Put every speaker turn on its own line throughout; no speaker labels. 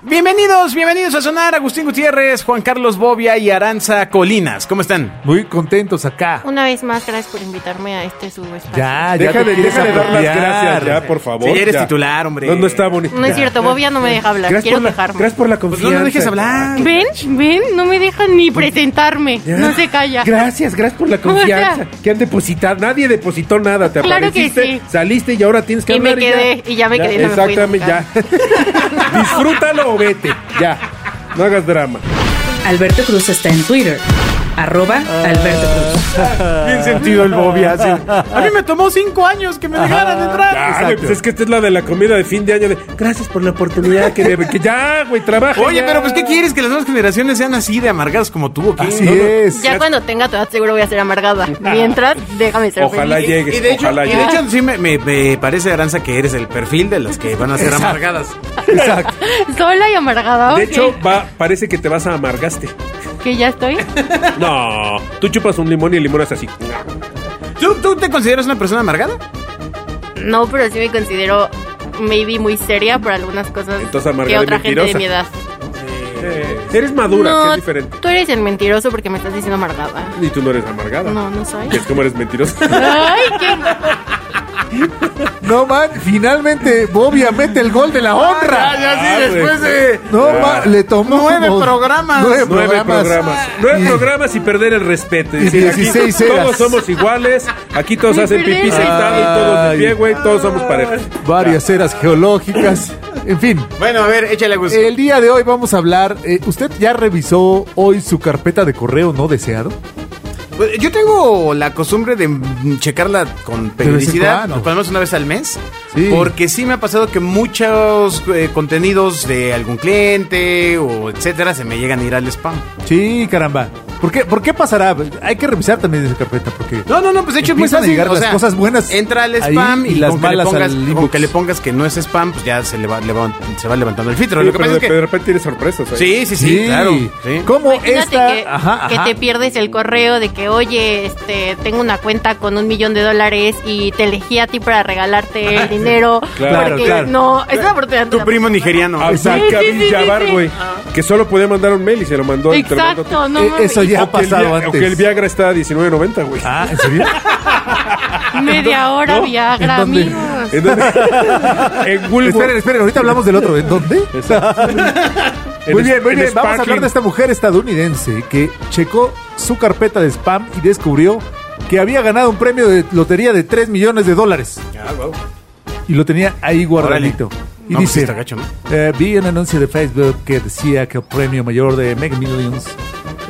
Bienvenidos, bienvenidos a Sonar, Agustín Gutiérrez, Juan Carlos Bobia y Aranza Colinas. ¿Cómo están?
Muy contentos acá.
Una vez más, gracias por invitarme a este subespacio.
Ya, ya
Deja
te
de,
quieres
deja de dar las
apropiar.
gracias ya, por favor.
Si eres
ya.
titular, hombre.
No, no está bonito.
No es cierto, Bobia no me deja hablar,
Gracias
quiero
por, la,
quejarme.
gracias por la
Pues
confianza.
no, no dejes hablar.
Ven, ven, no me dejan ni presentarme,
Ya.
no se calla.
Gracias, gracias por la confianza. Que han depositado. Nadie depositó nada. Te
Claro que
apareciste,
sí.
saliste y ahora tienes que
Y me
hablar.
quedé, y ya me quedé, no me fui
exactamente,
nunca.
ya. Disfrútalo o vete. Ya. No hagas drama.
Alberto Cruz está en Twitter, arroba Alberto Cruz.
Bien sentido el Bobia. sí. A mí me tomó cinco años que me dejaran
Ya,
entrar.
güey, pues es que esta es la de la comida de fin de año. De, gracias por la oportunidad que, debe- que ya, güey, trabaja.
Oye,
ya.
pero pues ¿qué quieres? ¿Que las nuevas generaciones sean así de amargadas como tú o qué?
Así
No, no.
es.
Ya cuando tenga tu edad seguro voy a ser amargada. Mientras, déjame ser
Ah. Ojalá
feliz.
llegues.
Y de hecho,
ojalá
y de
llegues.
hecho sí me, me- me parece, Aranza, que eres el perfil de las que van a ser amargadas.
Exacto.
Sola y amargada,
De
ok,
hecho, va, parece que te vas a amargaste.
que ya estoy.
No, tú chupas un limón y el limón es así.
¿Tú, tú te consideras una persona amargada?
No, pero sí me considero maybe muy seria por algunas cosas
Entonces, amargada y
que otra gente de
mentirosa.
mi edad.
Eh, eres madura, que
no,
es diferente.
tú eres el mentiroso porque me estás diciendo amargada.
Y tú no eres amargada.
No, no soy.
Que es como eres mentirosa.
Ay, qué...
No man, finalmente Bobia mete el gol de la honra.
Ah, güey.
No
Ya.
man, le tomó
Nueve
como
programas.
Nueve
Nueve
programas.
programas.
Ah.
Nueve
Y-
programas y perder el respeto.
Y
Decir,
16
aquí
eras.
Todos somos iguales. Aquí todos
Me
hacen
perdí.
pipí sentado y todos de pie,
Ay.
güey. Todos somos
Ah.
parejos.
Varias eras geológicas. En fin,
Bueno, a ver, échale a gusto.
el día de hoy vamos a hablar. eh, ¿Usted ya revisó hoy su carpeta de correo no deseado?
Pues, Yo tengo la costumbre de mm, checarla con
De vez en
periodicidad,
cuando.
por lo menos una vez al mes,
Sí.
porque sí me ha pasado que muchos eh, contenidos de algún cliente o etcétera se me llegan a ir al spam.
Sí, caramba. ¿Por qué, ¿Por qué pasará? Hay que revisar también esa carpeta porque
No, no, no, pues de hecho es muy
Empiezan a
fácil.
llegar las cosas buenas
Entra al
ahí
spam
y
y,
las
con
malas
que le pongas,
al
con
inbox.
que le pongas que no es spam, pues ya se le va, le va- se va levantando el filtro.
Pero
Lo que pasa es
de,
que
de repente tienes sorpresas. ahí.
sí, sí, sí, claro. sí.
¿Cómo
Imagínate
esta?
que,
Ajá,
que
ajá.
te pierdes el correo de que, oye, este, tengo una cuenta con un millón de dólares y te elegí a ti para regalarte el dinero.
Claro,
porque
claro.
no, es una oportunidad.
Tu primo nigeriano.
A
Exacto.
Vika
Sí, sí, sí, sí,
Villavar,
sí.
güey. Que solo podía mandar un mail y se lo mandó. y te lo mandó.
Exacto, no
Eh,
mames.
eso ya
O
ha
que el
pasado
Via-
antes.
O que el Viagra está a 19.90, güey.
Ah, ¿en serio?
Media hora
¿No?
Viagra,
¿En dónde? Eh.
amigos.
¿En dónde? en
esperen,
Woolworth.
esperen, ahorita hablamos del otro. ¿En dónde?
En
muy
es-
bien, muy
en
bien. Vamos a hablar
Sparkling.
de esta mujer estadounidense que checó su carpeta de spam y descubrió que había ganado un premio de lotería de 3 millones de dólares.
Ah,
Y lo tenía ahí guardadito.
Órale.
Y
No, pues sí
dice,
está gacho, ¿no?
eh, vi un anuncio de Facebook que decía que el premio mayor de Mega Millions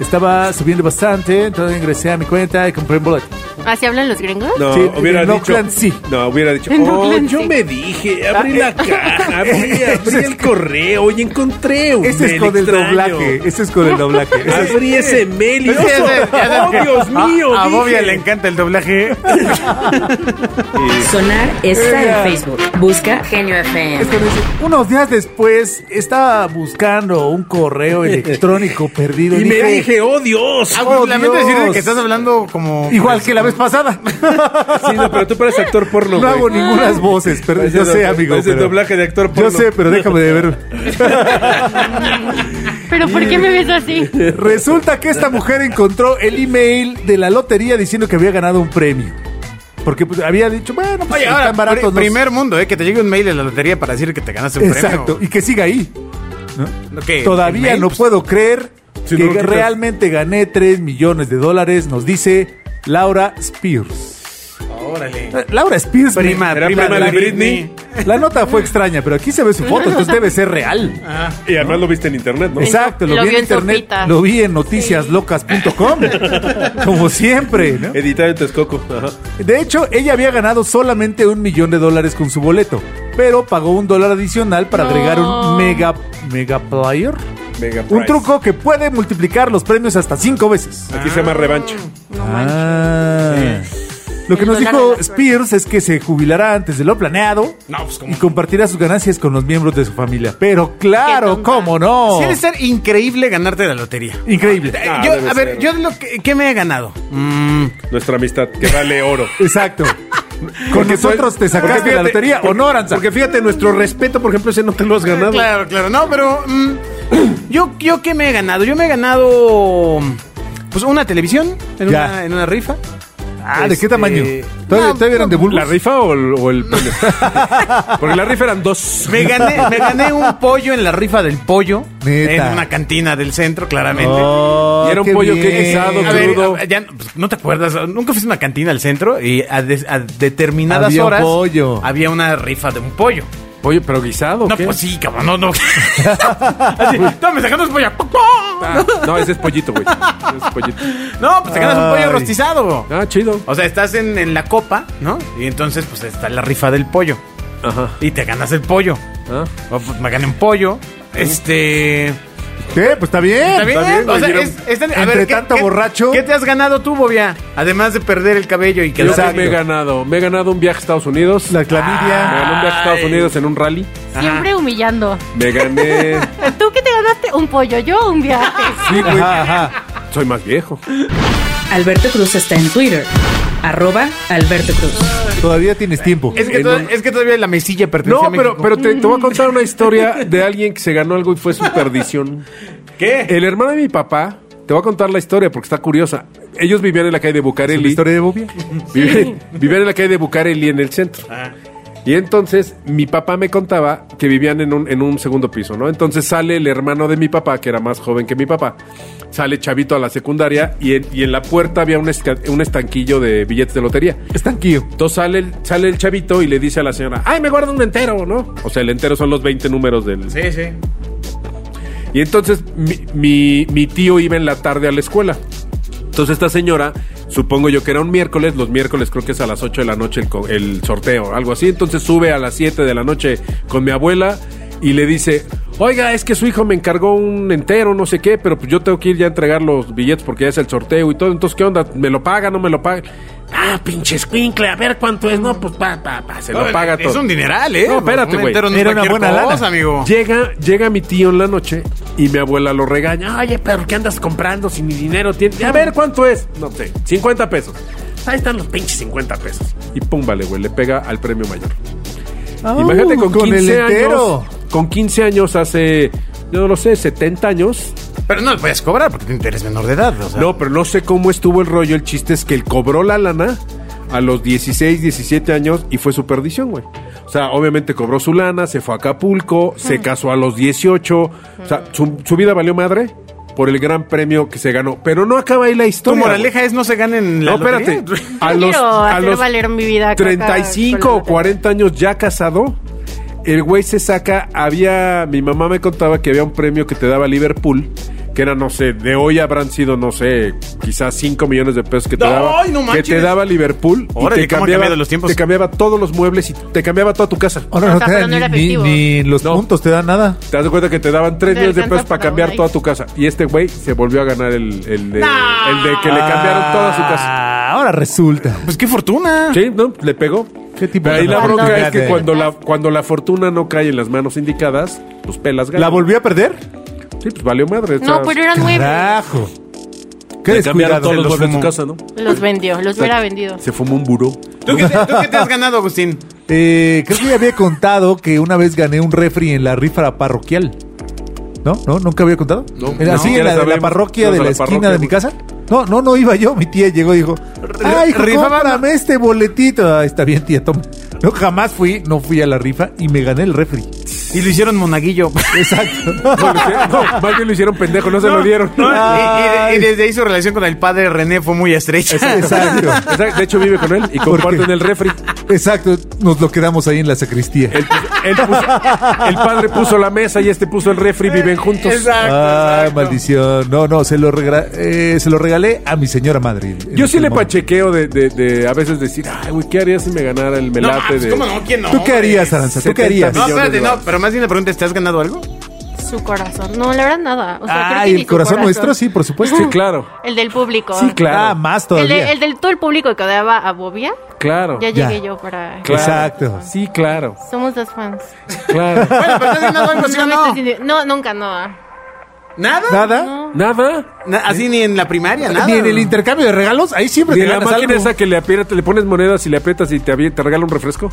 estaba subiendo bastante, entonces ingresé a mi cuenta y compré un boleto.
¿Así hablan los gringos?
No,
Sí,
hubiera
en
dicho.
Oakland sí.
No, hubiera dicho.
En
"Oh,
Oakland
yo
sí".
me dije, abrí la caja, abrí, abrí el correo y encontré un.
Ese es
mail
con el
extraño.
doblaje. Ese es con el doblaje. Ese es-
Abrí ese mail y.
Es que ya sé, ya sé
¡Oh,
que-
Dios mío!
A, a
dije.
Bobia le encanta el doblaje.
Sonar está
Ella.
en Facebook. Busca Genio FM.
Esto dice, unos días después estaba buscando un correo electrónico perdido.
Y me
Dije,
dije, ¡Oh, Dios!
Ah, güey,
Oh,
lamento decirte
Dios.
que estás hablando como...
Igual que la vez pasada.
"Ah, Sí, no, pero tú pareces actor porno.
No hago
güey.
ninguna voces, pero yo
Parece
sé,
do-
amigo.
parece
pero-
doblaje de actor porno.
Yo sé, pero déjame de ver.
¿Pero por qué me ves así?
Resulta que esta mujer encontró el email de la lotería diciendo que había ganado un premio. Porque pues, había dicho, bueno, pues
Oye,
están
ahora,
baratos
pri-
los-
primer mundo, ¿eh? Que te llegue un mail de la lotería para decir que te ganaste un
Exacto,
premio.
y que siga ahí. ¿no?
¿Qué? ¿El
Todavía
mail?
no puedo creer
Si
que
no lo quitas.
realmente gané 3 millones de dólares, nos dice Laura Spears.
Órale.
Eh, Laura Spears. me-
Prima,
Era
prima
prima
de
de
Britney.
Britney.
La nota fue extraña, pero aquí se ve su foto, entonces debe ser
Ah,
real.
Y además lo viste en internet, ¿no?
Exacto, lo,
Lo
vi en
vio en
internet,
sopitas.
lo vi en noticiaslocas.com, como siempre, ¿no?
Editado en Texcoco. Ajá.
De hecho, ella había ganado solamente un millón de dólares con su boleto, pero pagó un dólar adicional para
No.
agregar un mega, mega player.
Mega
Un
Price.
truco que puede
Ah.
multiplicar los premios hasta cinco veces.
Aquí se llama revancha.
Ah. Lo que
El
nos
dólar
dijo
de la suerte.
Spears es que se jubilará antes de lo planeado
No, pues como.
y compartirá sus ganancias con los miembros de su familia. Pero claro,
tonta.
¿cómo no?
Sí, debe ser increíble ganarte la lotería.
Increíble.
Eh,
Ah,
yo-
debe
a ver,
ser.
yo de lo que, ¿qué me he ganado? Mm,
Nuestra amistad, que vale oro.
Exacto. Con
Porque
nosotros
tú-
te sacaste
porque
la
fíjate-
lotería o
porque-
no, Aranza.
Porque fíjate, nuestro respeto, por ejemplo, ese no te lo has ganado.
Claro, claro, no, pero mm, yo, yo qué me he ganado? Yo me he ganado pues una televisión en,
Ya.
una, en una rifa.
Ah, ¿de qué
Este,
tamaño? ¿Todavía,
no,
todavía eran de
¿La
bulbos?
rifa o el, o el pene? Porque la rifa eran dos.
Me gané, me gané un pollo en la rifa del pollo
Neta.
en una cantina del centro, claramente.
Oh,
Y era un
qué
pollo que
bien.
guisado,
A ver,
crudo.
a- ya, pues, no te acuerdas, nunca fuiste a una cantina al centro y a, des- a determinadas
Había un
horas
pollo.
había una rifa de un pollo.
Pollo, pero guisado.
No,
¿qué?
pues sí, cabrón, no, no. Así, no, me sacando pollo.
Ah, no, ese es pollito, güey. Ese es pollito.
No, pues te ganas un
Ay.
pollo rostizado.
Ah, chido.
O sea, estás en, en la copa, ¿no? Y entonces, pues está la rifa del pollo.
Ajá.
Y te ganas el pollo.
Ah.
O, pues, me gané un pollo. Este.
¿Qué? Pues está bien.
Está bien,
bien,
o sea,
oyeron.
es- es- a
Entre
ver, ¿qué-
tanto
qué-
borracho.
¿Qué te has ganado tú, Bobia? Además de perder el cabello y
Yo
quedarte.
que me he ganado. Me he ganado un viaje a Estados Unidos.
La
Ah, Me
clamidia.
gané un viaje a Estados
Ay.
Unidos en un rally.
Siempre humillando.
Me gané.
¿Tú qué te ganaste? Un pollo, yo un viaje.
Ajá, ajá.
Soy más viejo.
Alberto Cruz está en Twitter. Arroba Alberto Cruz.
Todavía tienes tiempo.
Es que,
En
toda-
un-
es que todavía la mesilla pertenece a
No,
México.
pero, pero te, te voy a contar una historia de alguien que se ganó algo y fue su perdición.
¿Qué?
El hermano de mi papá, te voy a contar la historia porque está curiosa. Ellos vivían en la calle de
¿Es
Bucareli.
la historia de Bobia?
Vivían, vivían en la calle de Bucareli en el centro. Y entonces mi papá me contaba que vivían en un, en un segundo piso, ¿no? Entonces sale el hermano de mi papá, que era más joven que mi papá, sale chavito a la secundaria y en, y en la puerta había un, esca- un estanquillo de billetes de lotería.
Estanquillo.
Entonces sale el, sale el chavito y le dice a la señora, ay, me guarda un entero, ¿no? O sea, el entero son los 20 números del...
Sí, sí.
Y entonces mi, mi- mi tío iba en la tarde a la escuela. Entonces esta señora, supongo yo que era un miércoles, los miércoles creo que es a las 8 de la noche el, co- el sorteo, algo así. Entonces sube a las 7 de la noche con mi abuela y le dice, oiga, es que su hijo me encargó un entero, no sé qué, pero pues yo tengo que ir ya a entregar los billetes porque ya es el sorteo y todo. Entonces, ¿qué onda? ¿Me lo paga? ¿No me lo paga? Ah, pinche escuincle, a ver cuánto es. No, pues pa, pa, pa, se lo
No,
paga
es
todo.
un dineral, ¿eh?
No, espérate,
Un
güey.
entero no es
Era una
cualquier
buena
cosa,
lana.
amigo.
Llega, llega mi tío en la noche y mi abuela lo regaña. Oye, pero ¿qué andas comprando si mi dinero tiene? A ver, ¿cuánto es? No sé, 50 pesos. Ahí están los pinches 50 pesos. Y pum, vale, güey, le pega al premio mayor. Imagínate
Au,
con 15
Oh, el entero.
años. Con 15 años hace, yo no lo sé, 70 años.
Pero no le puedes cobrar porque tú eres menor de edad. O sea.
No, pero no sé cómo estuvo el rollo. El chiste es que él cobró la lana a los 16, 17 años y fue su perdición, güey. O sea, obviamente cobró su lana, se fue a Acapulco, se casó a los 18. O sea, su, su vida valió madre por el gran premio que se ganó. Pero no acaba ahí la
Tu
historia.
moraleja es no se ganen la
güey. No, espérate.
lotería.
A
Yo
los,
quiero
a
hacer
los
valer mi vida acá,
35
con la
o 40 años ya casado, el güey se saca, había, mi mamá me contaba que había un premio que te daba Liverpool, que era, no sé, de hoy habrán sido, no sé, quizás 5 millones de pesos que te,
¡Ay,
daba,
no
que
manches!
te daba Liverpool
Órale,
y te
¿cómo han
cambiaba,
cambiado los tiempos?
te cambiaba todos los muebles y te cambiaba toda tu casa.
Ahora no
O sea,
te
pero
dan
no era
ni,
efectivo.
ni los
No.
puntos, te dan nada.
Te das cuenta que te daban 3
Te
millones de
alcanza
pesos para
para
cambiar
una
toda
ahí.
tu casa. Y este güey se volvió a ganar el, el de, el de que le cambiaron toda su casa.
Ah, Ahora resulta.
Pues qué fortuna.
Sí, ¿no? Le pegó.
¿Qué tipo
Pero ahí
de
la
fortuna?
bronca es que
Fíjate.
cuando la, cuando la fortuna no cae en las manos indicadas, pues pelas
¿La
ganas.
volví a perder?
Sí, pues valió madre. o sea,
No, pero eran nueve.
Carajo. Qué
le cambiaron
descuidado.
todos los
Se los
muebles de su
fumó.
casa, ¿no?
Los vendió, los hubiera vendido.
Se fumó un buró.
¿Tú qué, te, tú qué te has ganado, Agustín?
Eh, creo que ya había contado que una vez gané un refri en la rifa parroquial. ¿No? ¿No? ¿Nunca había contado?
No, no.
¿Era así,
Ya
en la, de la
sabemos,
parroquia
no, de
de la,
la
esquina
parroquia.
de mi casa? No, no, no iba yo. Mi tía llegó y dijo, ¡Ay, hijo,
rifaban-
cómprame este boletito! Ah, está bien, tía, toma. No, jamás fui, no fui a la rifa y me gané el refri.
Y lo hicieron monaguillo.
Exacto.
No, lo hicieron- no, más bien lo hicieron pendejo, no se lo dieron.
No, y, y-
Ay.
y desde ahí su relación con el padre René fue muy estrecha.
Exacto.
Exacto, De hecho, vive con él y
¿Por qué?
comparten el refri.
Exacto. Nos lo quedamos ahí en la sacristía.
Él puso- él puso- el padre puso la mesa y este puso el refri, viven juntos.
Exacto,
Ah,
exacto.
maldición. No, no, se lo, regra- eh, se lo regalé a mi señora madre. en
Yo sí
aquel
le
momento.
pachequeo de, de- de a veces decir, ay, güey, ¿qué haría si me ganara el
No,
melate
pues,
de.
¿cómo no? ¿Quién no?
¿Tú qué harías, Aranza? ¿Tú qué harías?
No, espérate,
millones de
no, pero más bien la pregunta es, ¿te has ganado algo?
Su corazón. No, la verdad nada. O sea, creo
Ah,
que
y
ni
el
su
corazón nuestro, sí, por supuesto.
Sí, claro,
El del público.
Sí, claro.
Ah, más
El, de-
todavía.
el del todo el público que odiaba a Bobia.
claro.
Ya
Ya.
llegué yo para.
claro.
Exacto.
Sí, claro,
Somos dos fans.
Bueno,
claro.
pero entonces no algo así,
No, me
¿no?
estoy sintiendo- no, nunca, no.
¿Nada?
Nada.
No.
Nada.
Na- así ni en la primaria, nada.
Ni en el intercambio de regalos, ahí siempre
Ni
te
la
ganas
máquina
algo.
esa que le aprietas, le pones monedas y le aprietas y te, abie- te regala un refresco.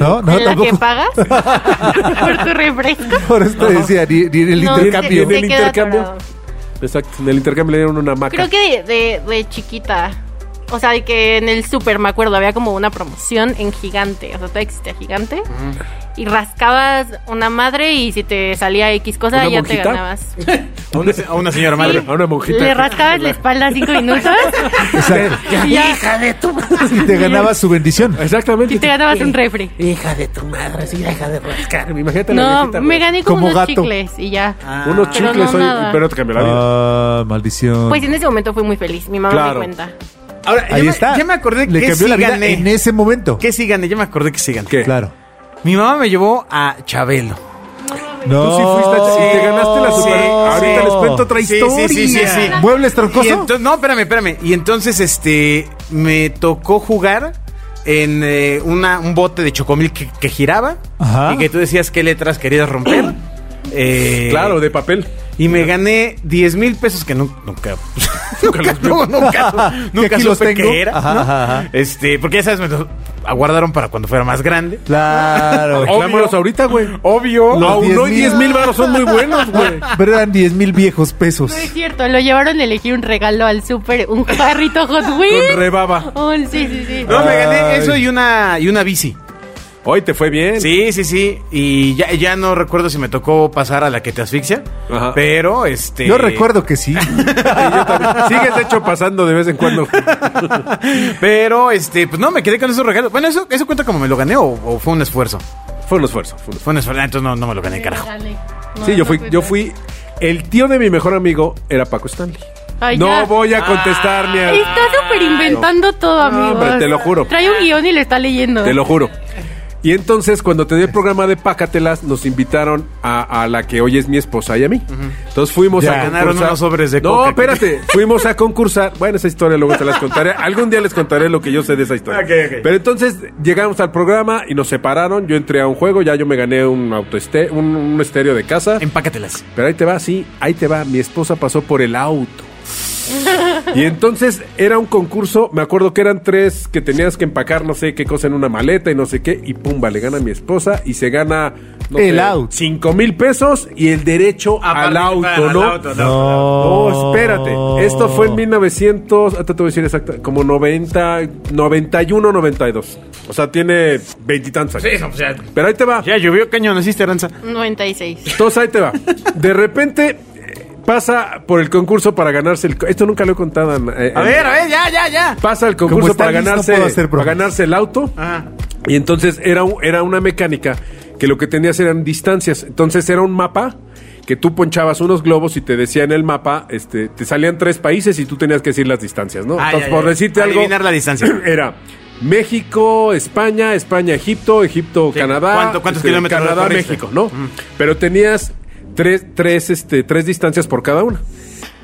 No, no,
¿En la que
tampoco.
pagas? ¿Por tu refresco?
Por eso te decía, ni, ni en el
No,
intercambio.
se- se
En el
queda
intercambio.
atorado.
Exacto. En el intercambio le dieron una maca.
Creo que de, de- de chiquita. O sea, de que en el súper, me acuerdo, había como una promoción en gigante. O sea, todavía existía gigante. Y rascabas una madre y si te salía X cosa,
¿Una
ya
monjita?
te ganabas.
A una, a una señora madre.
A una monjita.
Le rascabas la espalda cinco minutos
Exacto.
y ya
Y te ganabas su bendición.
Exactamente.
y te ganabas un refri.
Hija de tu madre, sí, deja de rascar. Imagínate la
No,
viejita,
me
güey.
gané como,
Como
unos
gato.
chicles y ya.
Unos
pero
chicles, oye,
no nada.
pero te cambió la vida.
Ah, maldición.
Pues en ese momento fui muy feliz, mi mamá
Claro.
me cuenta.
Ahora,
Ahí
ya,
está.
Me, ya me acordé
Le
que
cambió
sí
la vida
gané.
en ese momento.
Que sí gané, ya me acordé que sí gané.
¿Qué?
Claro.
Mi mamá me llevó a Chabelo.
No.
Tú sí fuiste a- y te ganaste la super- Ahorita les cuento otra
Sí, sí, sí, sí, sí, sí.
¿Muebles troncoso?
Y ento- no, espérame, espérame. Y entonces, este, me tocó jugar en eh, una, un bote de chocomil que, que giraba
Ajá.
y que tú decías qué letras querías romper. Eh,
Claro, de papel.
Y me gané 10 mil pesos que nu- nunca. nunca, nunca, nunca,
Que
nunca
aquí
supe
los tengo.
qué era.
Ajá,
¿no?
ajá, ajá.
Este, porque ya sabes, me los aguardaron para cuando fuera más grande.
Claro.
Reclámalos ahorita, güey.
Obvio.
No,
diez
no,
mil.
10 mil varos son muy buenos, güey.
Pero eran 10 mil viejos pesos.
No es cierto, lo llevaron a elegir un regalo al súper, un carrito Hot
Con
Wheels.
rebaba.
Oh, sí, sí, sí.
No, me gané
Ay.
eso y una, y una bici.
Hoy te fue bien.
Sí, sí, sí. Y ya, ya no recuerdo si me tocó pasar a la que te asfixia.
Ajá.
Pero este.
Yo recuerdo que sí.
Sigues de hecho pasando de vez en cuando.
Pero este, pues no, me quedé con esos regalos. Bueno, eso, eso cuenta como me lo gané o, o fue un esfuerzo.
Fue un esfuerzo. fue un esfuerzo.
Fue un esfuerzo. Ah, Entonces no, no me lo gané, carajo.
No,
Sí, yo
no
fui, yo fui. El tío de mi mejor amigo era Paco Stanley.
Ay,
no
ya. Ah.
voy a contestar ni a-
Está súper inventando todo, amigo.
hombre, te lo juro.
Trae un guión y lo está leyendo. ¿eh?
Te lo juro. Y entonces, cuando tenía el programa de Pácatelas, nos invitaron a, a la que hoy es mi esposa y a mí. Entonces fuimos
Ya.
a concursar.
Ganaron unos sobres de
No,
coca.
espérate. fuimos a concursar. Bueno, esa historia luego te las contaré. Algún día les contaré lo que yo sé de esa historia.
Ok, ok.
Pero entonces llegamos al programa y nos separaron. Yo entré a un juego, ya yo me gané un auto un, un estéreo de casa.
Empácatelas.
Pero ahí te va, sí, ahí te va. Mi esposa pasó por el auto. Y entonces era un concurso, me acuerdo que eran tres que tenías que empacar no sé qué cosa en una maleta y no sé qué, y pumba, le gana a mi esposa y se gana no
El
sé,
auto.
cinco mil pesos y el derecho
A
al
participar,
auto,
al
¿no?
Ah, auto,
no.
no.
Oh, espérate. Esto fue en 1900, ahorita te voy a decir exacto, como 90, 91, 92. O sea, tiene veintitantos años.
no, pues ya.
Pero ahí te va.
Ya llovió cañón, así Aranza.
96.
Entonces ahí te va. De repente eh, pasa por el concurso para ganarse el. co- Esto nunca lo he contado. eh,
A
eh,
ver, a ver, ya, ya, ya.
Pasa el
Como
concurso
está
para
Liz, no
ganarse,
puedo hacer
para
bromas. Ah.
ganarse el auto.
Ajá.
Y entonces era, un- era una mecánica que lo que tenías eran distancias. Entonces era un mapa que tú ponchabas unos globos y te decía en el mapa, este, te salían tres países y tú tenías que decir las distancias, ¿no?
Ah,
entonces,
ya,
por
ya.
decirte algo.
Adivinar la distancia.
Era México, España, España, Egipto, Egipto,
Sí.
Canadá. este,
¿Cuánto- cuántos kilómetros
Canadá,
recorriste?
México, ¿no? Pero tenías tres, tres, este, tres distancias por cada una.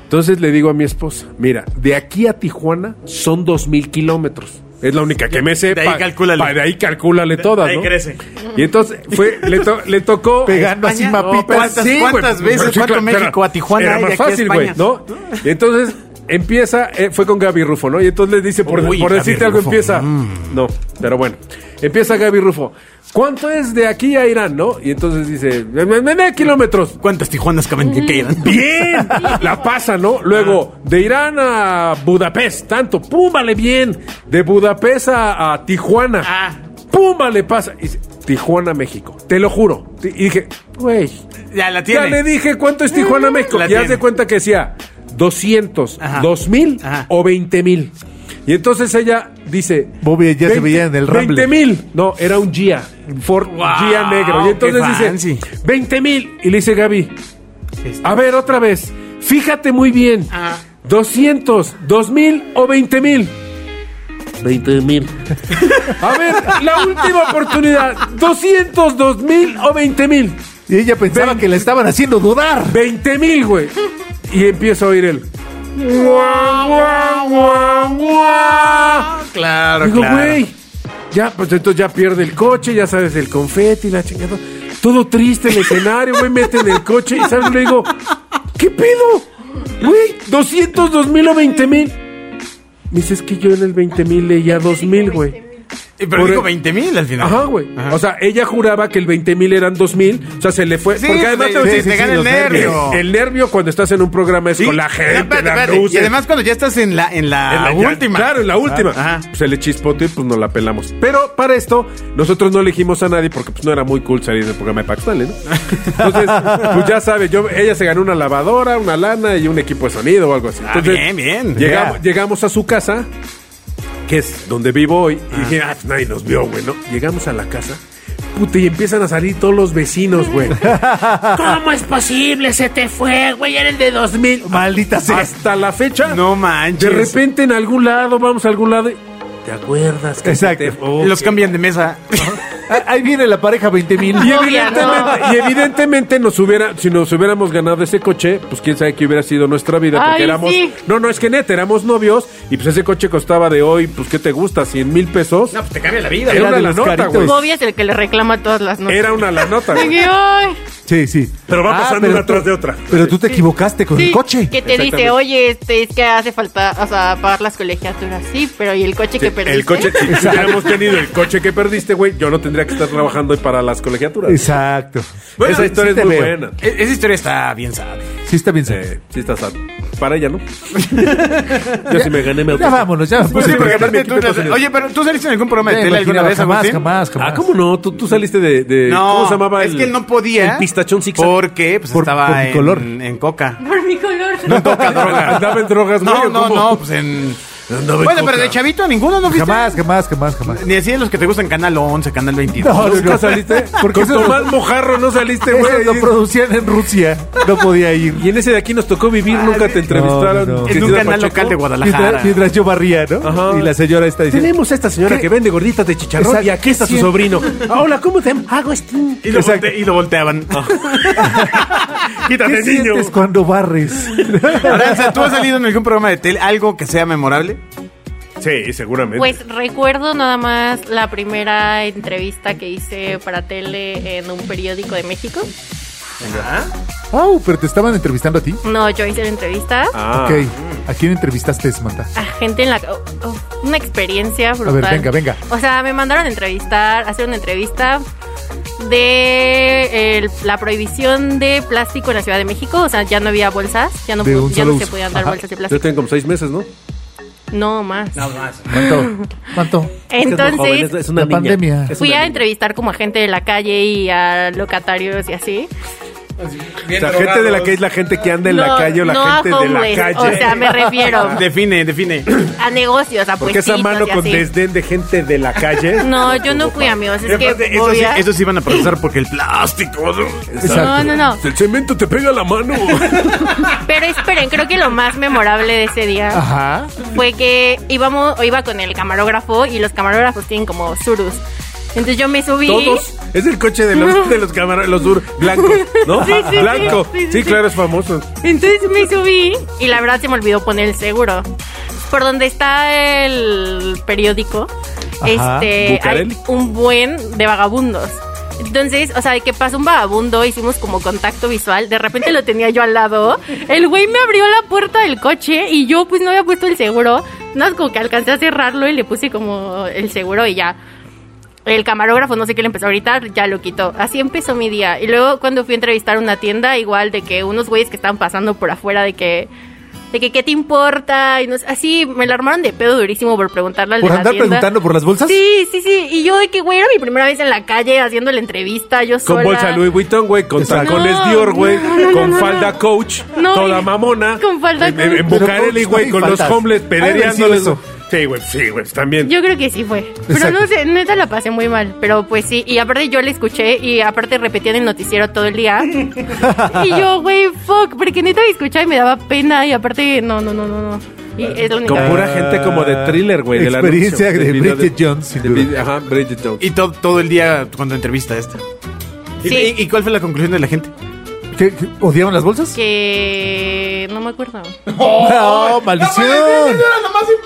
Entonces le digo a mi esposa, mira, de aquí a Tijuana son dos mil kilómetros. Es la única que me sé.
De ahí
pa-
calcúlale.
pa- de ahí calcúlale
De-
todas,
ahí
¿no?
crece.
Y entonces fue, le, to- le tocó... pues,
Pegando así
España,
mapitas.
no, ¿Cuántas-
Sí, güey.
cuántas veces?
Pero sí,
¿Cuánto
claro,
México a Tijuana
Era
hay de
más
aquí a
fácil,
España? Mm.
güey, ¿no? Y entonces empieza, eh, fue con Gaby Rufo, ¿no? Y entonces le dice, por,
Uy,
por
Gaby
decirte algo,
Rufo. Mm.
empieza... No, pero bueno. Empieza Gaby Rufo. ¿Cuánto es de aquí a Irán, no? Y entonces dice, "Me- me- me- me- kilómetros.
¿Cuántas Tijuanas caben que quedan?
Bien, la pasa, ¿no? Luego, de Irán a Budapest, tanto, pum, vale bien. De Budapest a, a Tijuana,
Ah.
pum, vale pasa. Y dice, Tijuana, México, te lo juro. Ti- Y dije, güey,
Ya la
ya
tiene. Eh,
le dije cuánto es Tijuana, México.
La
y haz
tiene.
de cuenta que decía 200,
Ajá.
2000
Ajá.
o 20 mil. Y entonces ella dice...
Bobby ya se veía en el
20
Rambler.
mil. No, era un Gia, un Ford
Wow,
Gia negro. Y
qué
entonces dice,
fancy.
20 mil. Y le dice Gaby, a ver, otra vez. Fíjate muy bien.
Ajá.
200, 2000 o 20 mil. 20 mil. A ver, la última oportunidad. 200, 2000 o 20 mil.
Y ella pensaba
Ven.
que la estaban haciendo dudar.
20 mil, güey. Y empiezo a oír el. "Guau, guau, guau, guau".
Claro,
Digo,
claro.
güey. Ya, pues entonces ya pierde el coche, ya sabes, el confeti, la chingada. Todo triste el escenario, güey, mete en el coche y sabes, le digo, ¿qué pedo? Güey, 202 mil o 20 mil. Me dice, es que yo en el 20 mil leía 2 mil, güey.
Eh, Pero
Por-
dijo 20 mil al final.
Ajá, güey.
Ajá.
O sea, ella juraba que el 20 mil eran 2 mil. O sea, se le fue.
Sí,
porque además
te,
te voy a
te-
decir,
te gana el
los nervios.
nervio.
el nervio cuando estás en un programa es
Sí.
con la
No,
gente,
espérate,
las
espérate.
luces.
Y además cuando ya estás en la, en la,
En la ya-
última.
Claro, en la última.
Ajá.
Pues se le chispoteó y pues nos la pelamos. Pero para esto, nosotros no elegimos a nadie porque pues no era muy cool salir del programa de Pax Stanley, ¿no? Entonces, pues ya sabes, yo, ella se ganó una lavadora, una lana y un equipo de sonido o algo así.
Ah,
Entonces,
bien, bien.
Llegamos,
Ya.
llegamos a su casa, que es donde vivo hoy, y dije, ah, pues, nadie nos vio, güey, ¿no? Llegamos a la casa. Puta, y empiezan a salir todos los vecinos, güey. ¿Cómo es posible? Se te fue, güey, eres de 2000.
Maldita sea.
Hasta la fecha.
No manches.
De repente en algún lado, vamos a algún lado. y- ¿Te acuerdas? que
Exacto.
te- oh,
Los
que-
cambian de mesa.
Ah, Ahí viene la pareja 20 mil.
Y
Obvia,
evidentemente, y evidentemente nos hubiera, si nos hubiéramos ganado ese coche, pues quién sabe qué hubiera sido nuestra vida. Porque
Ay,
éramos.
sí.
No, no, es que neta, éramos novios y pues ese coche costaba de hoy, pues ¿qué te gusta? 100 mil pesos.
pues te cambia la vida.
era
era
una
de
la
los
nota,
caritos.
güey.
Bobby es el que le reclama todas las noches.
Pues- Era una la nota,
De
güey.
que, ay,
Sí, sí.
Pero va pasando
pero
una
tú-
tras de otra.
Pero tú te equivocaste con el
sí,
coche.
Que te dice,
Exactamente.
oye, este, es que hace falta, o sea, pagar las colegiaturas, sí, pero ¿y el coche que perdiste?
El coche, si hubiéramos tenido el coche que perdiste, güey, yo no tendría que estar trabajando para las colegiaturas.
Exacto.
Bueno, Esa historia
sí
es
te
muy
veo.
buena.
E- Esa historia está bien sabia.
Sí, está bien.
Eh, sí está sad. Para ella, ¿no? yo sí me gané mi auto.
Ya vámonos, ya.
Pues sí, porque aparte
Aparte tú-
tú no-
oye, pero ¿tú saliste en algún programa
Ya
de tele alguna
imaginaba,
vez,
jamás,
Agustín?
jamás, jamás.
Ah, ¿cómo no? Tú, tú saliste de, de-
No,
¿Cómo se llamaba?
es
el-
que él no podía.
El pistachón zigzag.
Porque pues,
Por-
estaba
por mi
en,
color.
en coca.
Por mi color.
No en coca, droga.
Andaba en drogas,
No,
güey, ¿o
no,
cómo?
no, pues en...
Andaba en
bueno,
coca.
pero de chavito ninguno, ¿no viste?
Jamás, jamás, jamás, jamás.
Ni así de los que te gustan Canal 11, Canal 22.
No,
¿Nunca saliste?
Porque
Con
eso es-
Tomás Mojarro no saliste,
Ese
güey.
lo producían en Rusia. No podía ir.
Y en ese de aquí nos tocó vivir,
Ah,
nunca te entrevistaron.
no, no.
¿Qué
en un
te da
canal
Pacheco?
local de Guadalajara.
Mientras, mientras yo barría, ¿no?
Ajá.
Y la señora está diciendo.
Tenemos a esta señora
¿Qué?
que vende gorditas de chicharrón
Exacto.
y aquí está su
Sí.
sobrino. Ah, Hola, ¿cómo te llamas?
este
Agustín.
Y lo,
Exacto.
volte- y lo volteaban.
¿Qué
Quítate, niño.
sientes cuando barres?
Aranza, ¿tú has salido en algún programa de tele algo que sea memorable?
Sí, seguramente.
Pues recuerdo nada más la primera entrevista que hice para tele en un periódico de México.
Oh, pero te estaban entrevistando a ti.
No, yo hice la entrevista
Ah.
Ok. ¿A quién entrevistaste, Samantha?
a gente en la... oh, oh, una experiencia brutal.
Ah. ver, venga, venga.
O sea, me mandaron a entrevistar, a hacer una entrevista de eh, el- la prohibición de plástico en la Ciudad de México. O sea, ya no había bolsas, ya no,
De
pu-
un
ya
solo
no se
uso.
podían dar
Ajá.
bolsas de
Yo
plástico.
tengo como seis meses, ¿no?
No más.
¿Cuánto? ¿Cuánto?
Entonces...
La pandemia.
Fui a entrevistar como a gente de la calle y a locatarios y así.
La gente de la calle es la gente que anda en la
No,
calle o la
no a
gente de la
homeless,
calle.
O sea, me refiero
Define, define.
a negocios, a
Porque esa
puestitos
mano
y
con
así.
desdén de gente de la calle.
No, yo no fui, amigos. Es que
Aparte, eso,
voy
sí,
a-
eso sí iban a procesar porque el plástico. ¿no?
No, no, no.
El cemento te pega la mano.
Pero esperen, creo que lo más memorable de ese día
Ajá.
fue que íbamos, o iba con el camarógrafo y los camarógrafos tienen como surus. Entonces yo me subí.
Todos. Es el coche de los, de los camaradas, los dur blancos, ¿no?
Sí, sí,
Blanco.
sí, sí,
sí,
sí.
claro, es famoso.
Entonces me subí y la verdad se me olvidó poner el seguro. Por donde está el periódico,
Ajá,
este,
Bucareli.
hay un buen de vagabundos. Entonces, o sea, de que pasó un vagabundo, hicimos como contacto visual, de repente lo tenía yo al lado, el güey me abrió la puerta del coche y yo pues no había puesto el seguro, no es como que alcancé a cerrarlo y le puse como el seguro y ya. El camarógrafo, no sé qué, le empezó a gritar, ya lo quitó. Así empezó mi día. Y luego cuando fui a entrevistar una tienda, igual de que unos güeyes que estaban pasando por afuera de que... De que qué te importa y no sé, así me la armaron de pedo durísimo por preguntarle al
¿Por
de la
andar
tienda.
preguntando por las bolsas?
Sí, sí, sí. Y yo de que, güey, era mi primera vez en la calle haciendo la entrevista, yo
Con
sola.
bolsa Louis Vuitton, güey, con
Exacto.
tacones
No,
Dior, güey,
no, no, no,
con
no, no.
falda Coach,
No,
toda
y-
mamona.
con falda
En- en- En
Coach.
Bucareli, güey,
Pero
con
Coach
los
no hay
homeless,
faltas.
pedereándoles.
Ha de haber sido
Sí, güey, sí, güey, también.
Yo creo que sí fue. Pero
Exacto.
no sé, neta la pasé muy mal. Pero pues sí, y aparte yo la escuché y aparte repetían el noticiero todo el día. y yo, güey, fuck, porque neta la escuchaba y me daba pena. Y aparte, no, no, no, no. no. Y es la única.
Con pura gente como de thriller, güey. del
Experiencia
anuncio,
de
del video
Bridget Jones, sin
de
duda.
video- Ajá, Bridget Jones.
Y to- todo el día cuando entrevista esta. ¿Y-
Sí.
¿Y, y cuál fue la conclusión de la gente?
¿Qué, qué, odiaban las bolsas?
Que no me acuerdo.
¡No, maldición!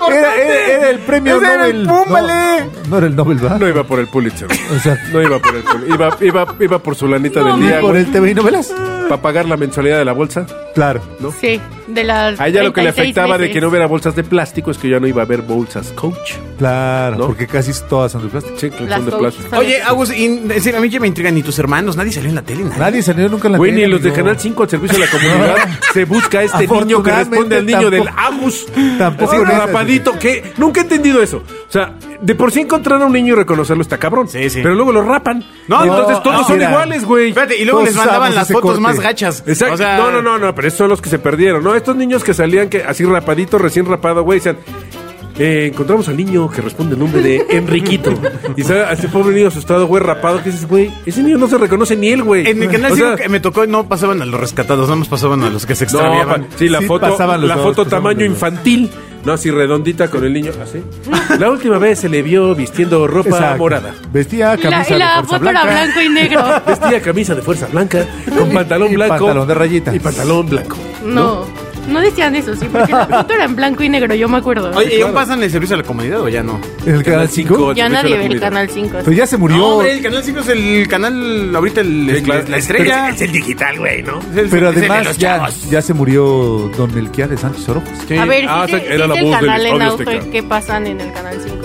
Era, era- era el premio
Ese era
Nobel.
el Púmbale.
No, no era el Nobel, ¿verdad?
No iba por el Pulitzer.
O sea,
No iba por el Pulitzer. Iba, iba, iba por su lanita del
ni
día.
por el TV y novelas.
Para pagar la mensualidad de la bolsa.
Claro.
Sí, de las.
A ella lo que le
36
afectaba de
veces.
que no hubiera bolsas de plástico es que ya no iba a haber bolsas coach.
Claro,
¿No?
porque casi todas son de plástico.
Sí, que
Las
son de
Coach.
plástico.
Oye, Agus, y, en serio, a mí ya me intrigan ni tus hermanos, nadie salió en la tele, nadie.
Nadie salió nunca en la
Güey, ni
tele,
los de
amigo.
Canal 5 al servicio de la comunidad se busca a este niño que responde al niño del Agus.
Tampoco
Así,
nada.
rapadito, que nunca he entendido eso. O sea, de por sí encontrar a un niño y reconocerlo está cabrón.
Sí, sí.
Pero luego lo rapan.
No,
No,
no,
entonces todos
no,
son
mira.
iguales, güey.
Espérate, y luego
Todos
les mandaban
usamos
las
ese
fotos
corte.
más gachas.
Exacto.
O sea,
no, no, no, no, pero esos son los que se perdieron, ¿no? Estos niños que salían que así rapadito, recién rapado, güey, decían. eh, encontramos al niño que responde el nombre de Enriquito. y sale a ese pobre niño asustado, güey, rapado, que dices, güey, ese niño no se reconoce ni él, güey.
En el canal
O sea,
5 que me tocó no pasaban a los rescatados, nada más pasaban a los que se
no,
extraviaban.
pa- sí, la
Sí
foto,
pasaban los
la
dos,
foto
pasaban
tamaño
los dos.
infantil, no así redondita con el niño así. La última vez se le vio vistiendo ropa
Exacto.
morada.
Vestía
Y la,
camisa
y la
de fuerza
foto
blanca.
era blanco y negro.
Vestía camisa de fuerza blanca con
Y-
pantalón
y
blanco
pantalón de rayitas.
y pantalón blanco.
No, no decían eso, sí, porque la foto era en blanco y negro, yo me acuerdo.
Oye, ¿y aún pasan el servicio a la comunidad o ya no?
En el Canal 5.
al
ya
servicio pues, de la
nadie ve el
comunidad.
canal 5.
Pero ya se murió.
No, hombre, el canal 5 es el canal, ahorita el,
Sí, claro,
es la
es-
estrella.
pero Es, es el digital, güey, ¿no?
Es el-
Pero
es el de
además
los
ya,
chavos.
ya se murió Don Melquiades de Sánchez Orozco.
Sí.
A ver,
Ah,
sí
o sea,
te-
era
sí es
la
el
voz del
canal en
Audio
auge
Azteca.
que pasan en el canal 5.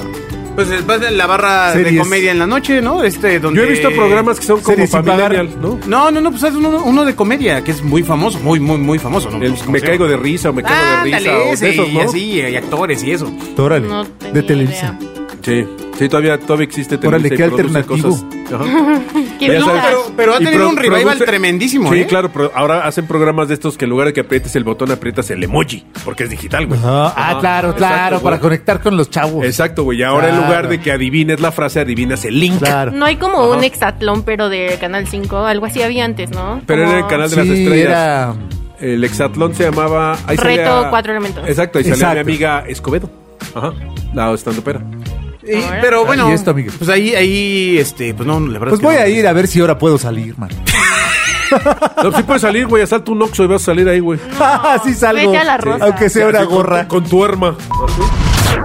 Pues después de la barra de
Series.
comedia en la noche, ¿no? Este, donde...
Yo he visto programas que son como
Series sin pagar.
familiar, ¿no?
No, no, no, pues es uno, uno de comedia, que es muy famoso, muy, muy, muy famoso. ¿no?
El
Pues, ¿cómo
me
se
caigo
llama?
de risa o me caigo de
Ándale,
risa. o de
ese,
esos,
y
¿no?
así, y actores y eso.
Órale.
No
de
tenía
Televisa.
Sí, sí, todavía, todavía existe
Órale,
Televisa y
qué
produce
alternativo.
cosas. Ajá.
idea. ¿Qué
Ya
putas?
sabes.
pero- pero ha
Y
tenido un revival tremendísimo,
Sí,
¿eh?
claro, pero ahora hacen programas de estos que en lugar de que aprietes el botón, aprietas el emoji, porque es digital, güey.
Ah, ah,
Ajá,
claro,
exacto,
claro,
güey.
para conectar con los chavos.
Exacto, güey. Y ahora en
Claro.
lugar de que adivines la frase, adivinas el link.
Claro.
No hay como un hexatlón, pero de Canal 5. Algo así había antes, ¿no?
Pero
Como-
era el canal de las
Sí,
estrellas.
era-
El hexatlón se llamaba. ahí
Reto
salía-
Cuatro Elementos.
Exacto, y salía
Exacto.
mi amiga Escobedo. Ajá. La estandopera.
Y-
Ahora.
pero bueno,
¿Y esto, amigo?
pues ahí, ahí, este, pues no, la verdad
Pues
es que
voy
no.
a ir a ver si ahora puedo salir, man.
No, pues sí puedes salir, güey. Asalta un oxo y vas a salir ahí, güey.
Ah, sí salgo.
vete a la rosa.
Aunque sea una
Así con-
gorra.
Con tu arma.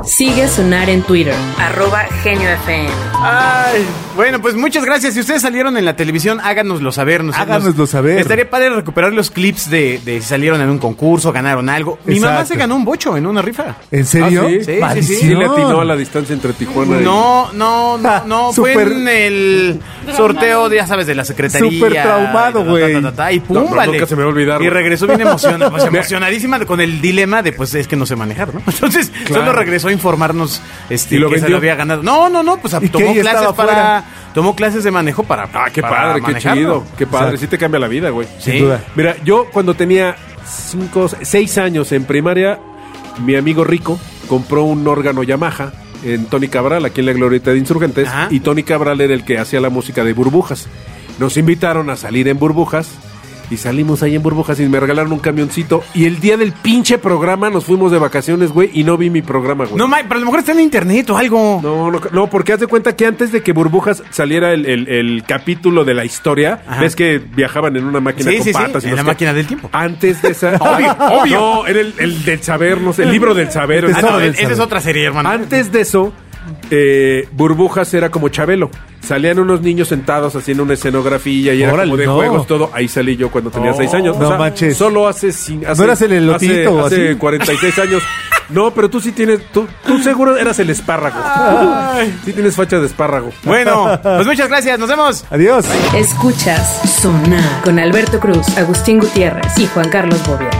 Sigue a Sonar en Twitter, arroba Genio FM.
Ay, bueno, pues muchas gracias. Si ustedes salieron en la televisión, háganoslo saber. nos-
Háganoslo
nos-
saber.
Estaría padre recuperar los clips de, de si salieron en un concurso, ganaron algo. Mi mamá
Exacto.
se ganó un bocho en una rifa.
¿En serio?
Ah, sí, sí,
sí, sí.
Maldición.
Sí, le atinó a la distancia entre Tijuana y.
No, no, no, no. fue
Súper-
en el sorteo, de, ya sabes, de la secretaría.
Súper traumado,
y ta, ta,
güey.
ta, ta, ta, Y
No,
pum,
no,
vale.
nunca se me va a olvidar,
Y
güey.
regresó bien emocionada, pues, emocionadísima con el dilema de, pues, es que no sé manejar, ¿no? Entonces,
Claro.
solo regresó a informarnos este,
¿Y lo
que se
vendió?
lo había ganado. No, no, no, pues
¿Y que
tomó
ella
clases
estaba
para...
afuera?
Tomó clases de manejo para
Ah, qué
para
padre, qué
manejarlo.
chido. Qué padre.
Exacto.
Sí te cambia la vida, güey.
Sí.
Sin duda.
Mira, yo cuando tenía cinco, seis años en primaria, mi amigo Rico compró un órgano Yamaha en Tony Cabral, aquí en la Glorieta de Insurgentes,
Ajá.
y Tony Cabral era el que hacía la música de Burbujas. Nos invitaron a salir en Burbujas y salimos ahí en Burbujas y me regalaron un camioncito y el día del pinche programa nos fuimos de vacaciones, güey, y no vi mi programa, güey.
No, ma, pero a lo mejor está en internet o algo.
No, no, no, porque haz de cuenta que antes de que Burbujas saliera el, el- el capítulo de la historia,
Ajá.
ves que viajaban en una máquina
Sí,
con
sí, sí,
patas. y
en
no
la
sé qué.
máquina del tiempo.
Antes de esa.
Obvio, obvio.
No, era el, el del saber, no sé, el libro del saber.
Ah,
el-
no,
del
esa es
saber.
otra serie, hermano.
Antes de eso, eh, Burbujas era como Chabelo. Salían unos niños sentados haciendo una escenografía y era
Órale,
como de
no.
juegos, todo. Ahí salí yo cuando tenía
No,
6 años.
no manches.
Solo hace, cin- hace-
eras el elotito
hace-
o
hace
así?
46 años. No, pero tú sí tienes. Tú, tú seguro eras el espárrago. Sí tienes facha de espárrago.
Bueno, pues muchas gracias, nos vemos.
Adiós.
Escuchas Sonar con Alberto Cruz, Agustín Gutiérrez y Juan Carlos Bobia.